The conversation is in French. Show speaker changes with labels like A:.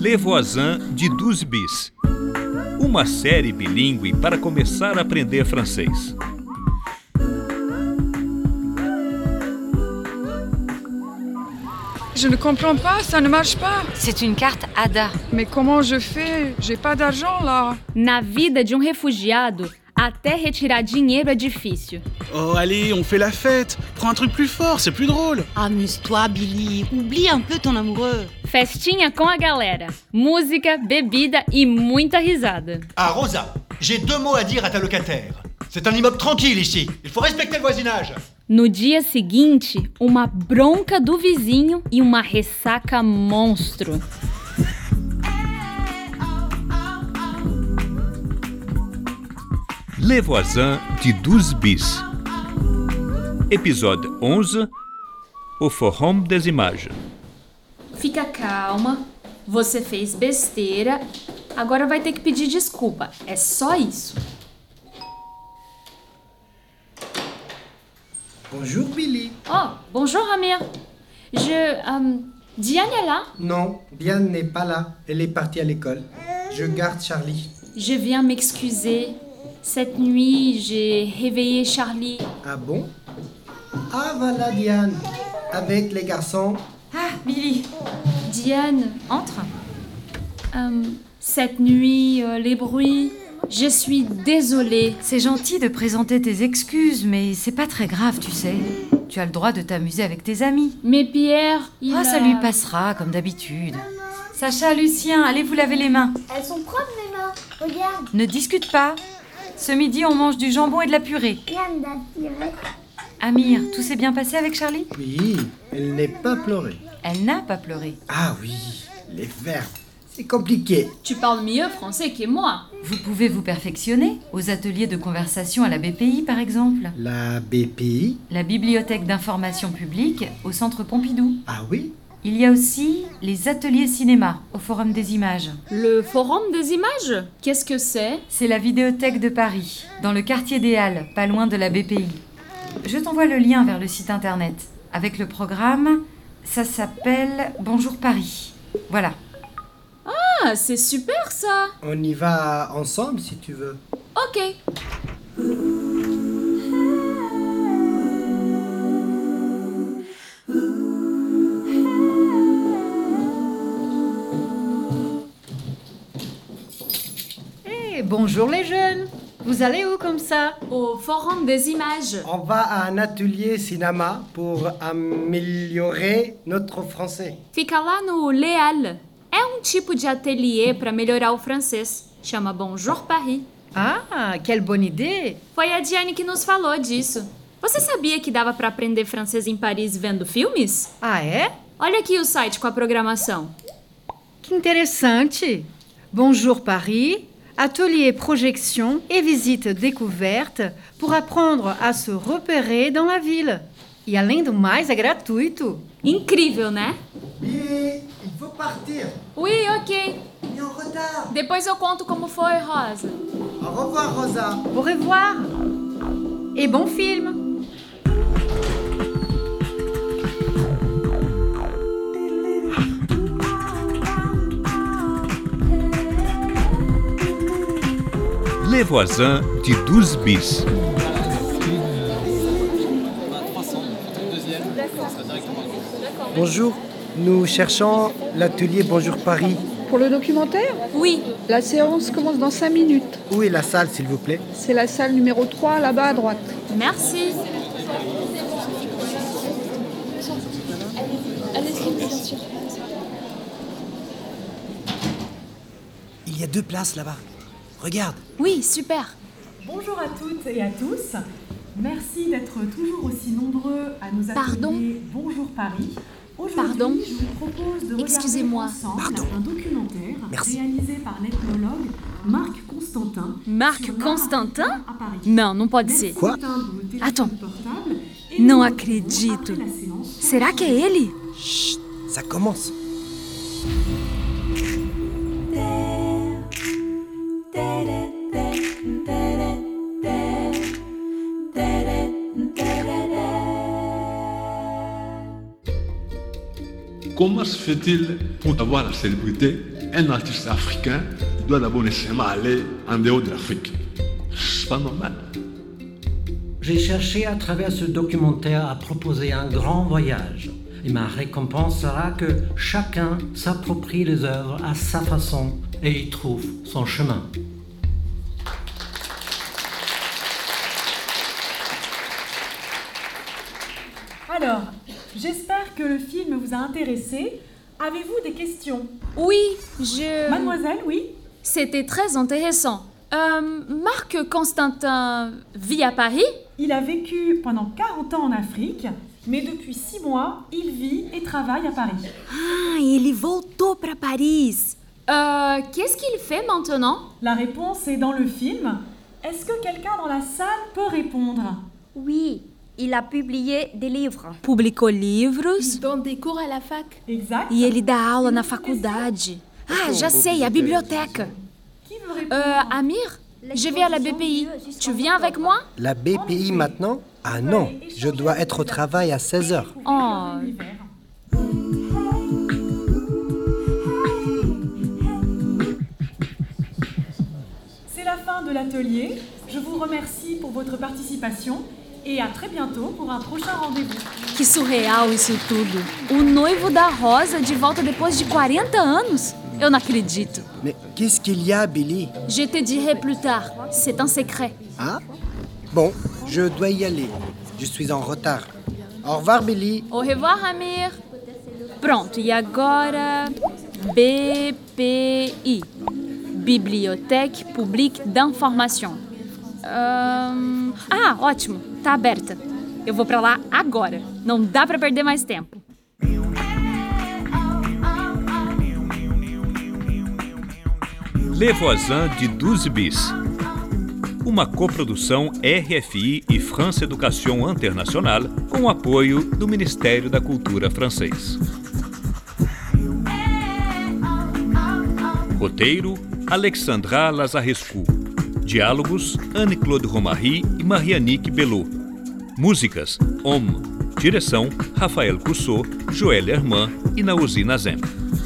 A: Le Voisin de Douze Bis. Uma série bilíngue para começar a aprender francês.
B: Je ne comprends pas, ça ne marche pas.
C: C'est une carte ADA.
B: Mais comment je fais J'ai pas d'argent là.
D: Na vida de um refugiado, até retirar dinheiro é difícil.
E: Oh, allez, on fait la fête. Prends un truc plus fort, c'est plus drôle.
F: Amuse-toi, Billy. Oublie un peu ton amoureux.
D: Festinha com a galera, música, bebida e muita risada.
G: Ah, Rosa, j'ai deux mots à dire à ta locataire. C'est un immeuble tranquille ici. Il faut respecter le voisinage.
D: No dia seguinte, uma bronca do vizinho e uma ressaca monstro.
A: Les Voisins de 12 Bis. Episódio 11 O Forróm das Imagens.
H: Fica calma, você fez besteira, agora vai ter que pedir desculpa. É só isso.
I: Bonjour Billy.
H: Oh, bonjour Amir. Je. hum, Diane est là
I: Non, Diane n'est pas là. Elle est partie à l'école. Je garde Charlie.
H: Je viens m'excuser. Cette nuit, j'ai réveillé Charlie.
I: Ah bon Ah voilà Diane. Avec les garçons.
F: Ah, Billy.
H: Diane, entre. Hum, cette nuit, euh, les bruits. Je suis désolée.
C: C'est gentil de présenter tes excuses, mais c'est pas très grave, tu sais. Tu as le droit de t'amuser avec tes amis.
H: Mais Pierre, il.
C: Ah, ça
H: a-
C: lui passera, comme d'habitude. Sacha, Lucien, allez vous laver les mains.
J: Elles sont propres mes mains. Regarde,
C: Ne discute pas. Ce midi, on mange du jambon et de la purée.
J: Yann d'attirer.
C: Amir, tout s'est bien passé avec Charlie
I: Oui, elle n'est pas pleurée.
C: Elle n'a pas pleuré.
I: Ah oui, les verbes. C'est compliqué.
H: Tu parles mieux français que moi.
C: Vous pouvez vous perfectionner aux ateliers de conversation à la BPI, par exemple.
I: La BPI.
C: La bibliothèque d'information publique au Centre Pompidou.
I: Ah oui
C: Il y a aussi les ateliers cinéma au Forum des images.
H: Le forum des images Qu'est-ce que c'est
C: C'est la vidéothèque de Paris, dans le quartier des Halles, pas loin de la BPI. Je t'envoie le lien vers le site internet. Avec le programme, ça s'appelle Bonjour Paris. Voilà.
H: Ah, c'est super ça
I: On y va ensemble si tu veux.
H: Ok.
K: bonjour les jeunes Vous allez où comme ça
H: Au forum des images.
I: On va à un atelier cinéma pour améliorer notre français.
H: Fica lá no Leal. É um tipo de ateliê para melhorar o francês. Chama Bonjour Paris.
K: Ah, quelle bonne idée
H: Foi a Diane que nos falou disso. Você sabia que dava para aprender francês em Paris vendo filmes?
K: Ah é?
H: Olha aqui o site com a programação.
K: Que interessante Bonjour Paris Atelier projection et visite découverte pour apprendre a se repérer dans la ville. E além do mais, é gratuito.
H: Incrível, né?
I: Billy, il faut partir.
H: Ui, ok.
I: On est en retard.
H: Depois eu conto como foi, Rosa.
I: Au revoir Rosa.
K: Au revoir Et bon film
A: Les Voisins de 12 Bis.
I: Bonjour, nous cherchons l'atelier Bonjour Paris.
L: Pour le documentaire
H: Oui,
L: La séance commence dans 5 minutes.
I: Où est la salle, s'il vous plaît
L: C'est la salle numéro 3, là-bas à droite.
H: merci.
E: Il y a deux places là-bas. Regarde.
H: Oui, super.
M: Bonjour à toutes et à tous. Merci d'être toujours aussi nombreux à nous accueillir.
H: Pardon
M: Bonjour Paris.
H: Pardon
M: Aujourd'hui, je vous propose de regarder
H: Excusez-moi.
M: ensemble un documentaire réalisé par l'ethnologue Marc Constantin.
H: Marc
M: sur l'art
H: Constantin
M: africain à Paris.
H: Não, não pode ser.
M: Merci
I: Quoi
M: d'atteindre vos téléphones
H: Attends.
M: portables et
H: Não
M: nous
H: acredito.
M: retrouvons après la séance.
H: Será que é ele?
I: Chut, ça commence.
E: Comment se fait-il pour avoir la célébrité, un artiste africain doit d'abord nécessairement aller en dehors de l'Afrique C'est pas normal.
I: J'ai cherché à travers ce documentaire à proposer un grand voyage. Et ma récompense sera que chacun s'approprie les œuvres à sa façon et y trouve son chemin.
J: Alors, j'espère que le film vous a intéressé. Avez-vous des questions
N: Oui, je...
J: Mademoiselle, oui
N: C'était très intéressant. Euh, Marc Constantin vit à Paris
J: Il a vécu pendant 40 ans en Afrique, mais depuis 6 mois, il vit et travaille à Paris.
N: Ah, ele voltou para Paris. Euh, qu'est-ce qu'il fait maintenant
J: La réponse est dans le film. Est-ce que quelqu'un dans la salle peut répondre
O: Oui, il a publié des livres.
H: Publicou livros.
J: Il donne des cours à la fac. Exact.
H: E ele dá aula na faculdade. Ah, já sei, a biblioteca. Euh, Amir, je vais à la BPI. Tu viens avec moi
P: La BPI maintenant Ah non, je dois être au travail à 16h.
H: Oh.
J: C'est la fin de l'atelier. Je vous remercie pour votre participation et à très bientôt pour un prochain rendez-vous.
H: Que surreal isso tudo. O noivo da Rosa de volta depois de 40 anos. Eu não acredito.
P: Mais qu'est-ce qu'il y a, Billy
H: Je te dirai plus tard. C'est un secret.
P: Ah Bon, je dois y aller. Je suis en retard. Au revoir, Billy.
H: Au revoir, Amir. Pronto, e agora? BPI Bibliothèque Publique d'Information. Ahn, Ah, ótimo. Tá aberta. Eu vou pra lá agora. Não dá pra perder mais tempo.
J: Eh, oh,
A: Les Voisins de 12 Bis. Uma coprodução RFI e France Education Internacional com apoio do Ministério da Cultura francês.
J: Eh, oh,
A: Roteiro: Alexandra Lazarescu. Diálogos: Anne-Claude Romary e Marianique Belot. Músicas: Homme. Direção: Rafael Coussot, Joël Herman e Naozi Nazem.
J: Eh, oh,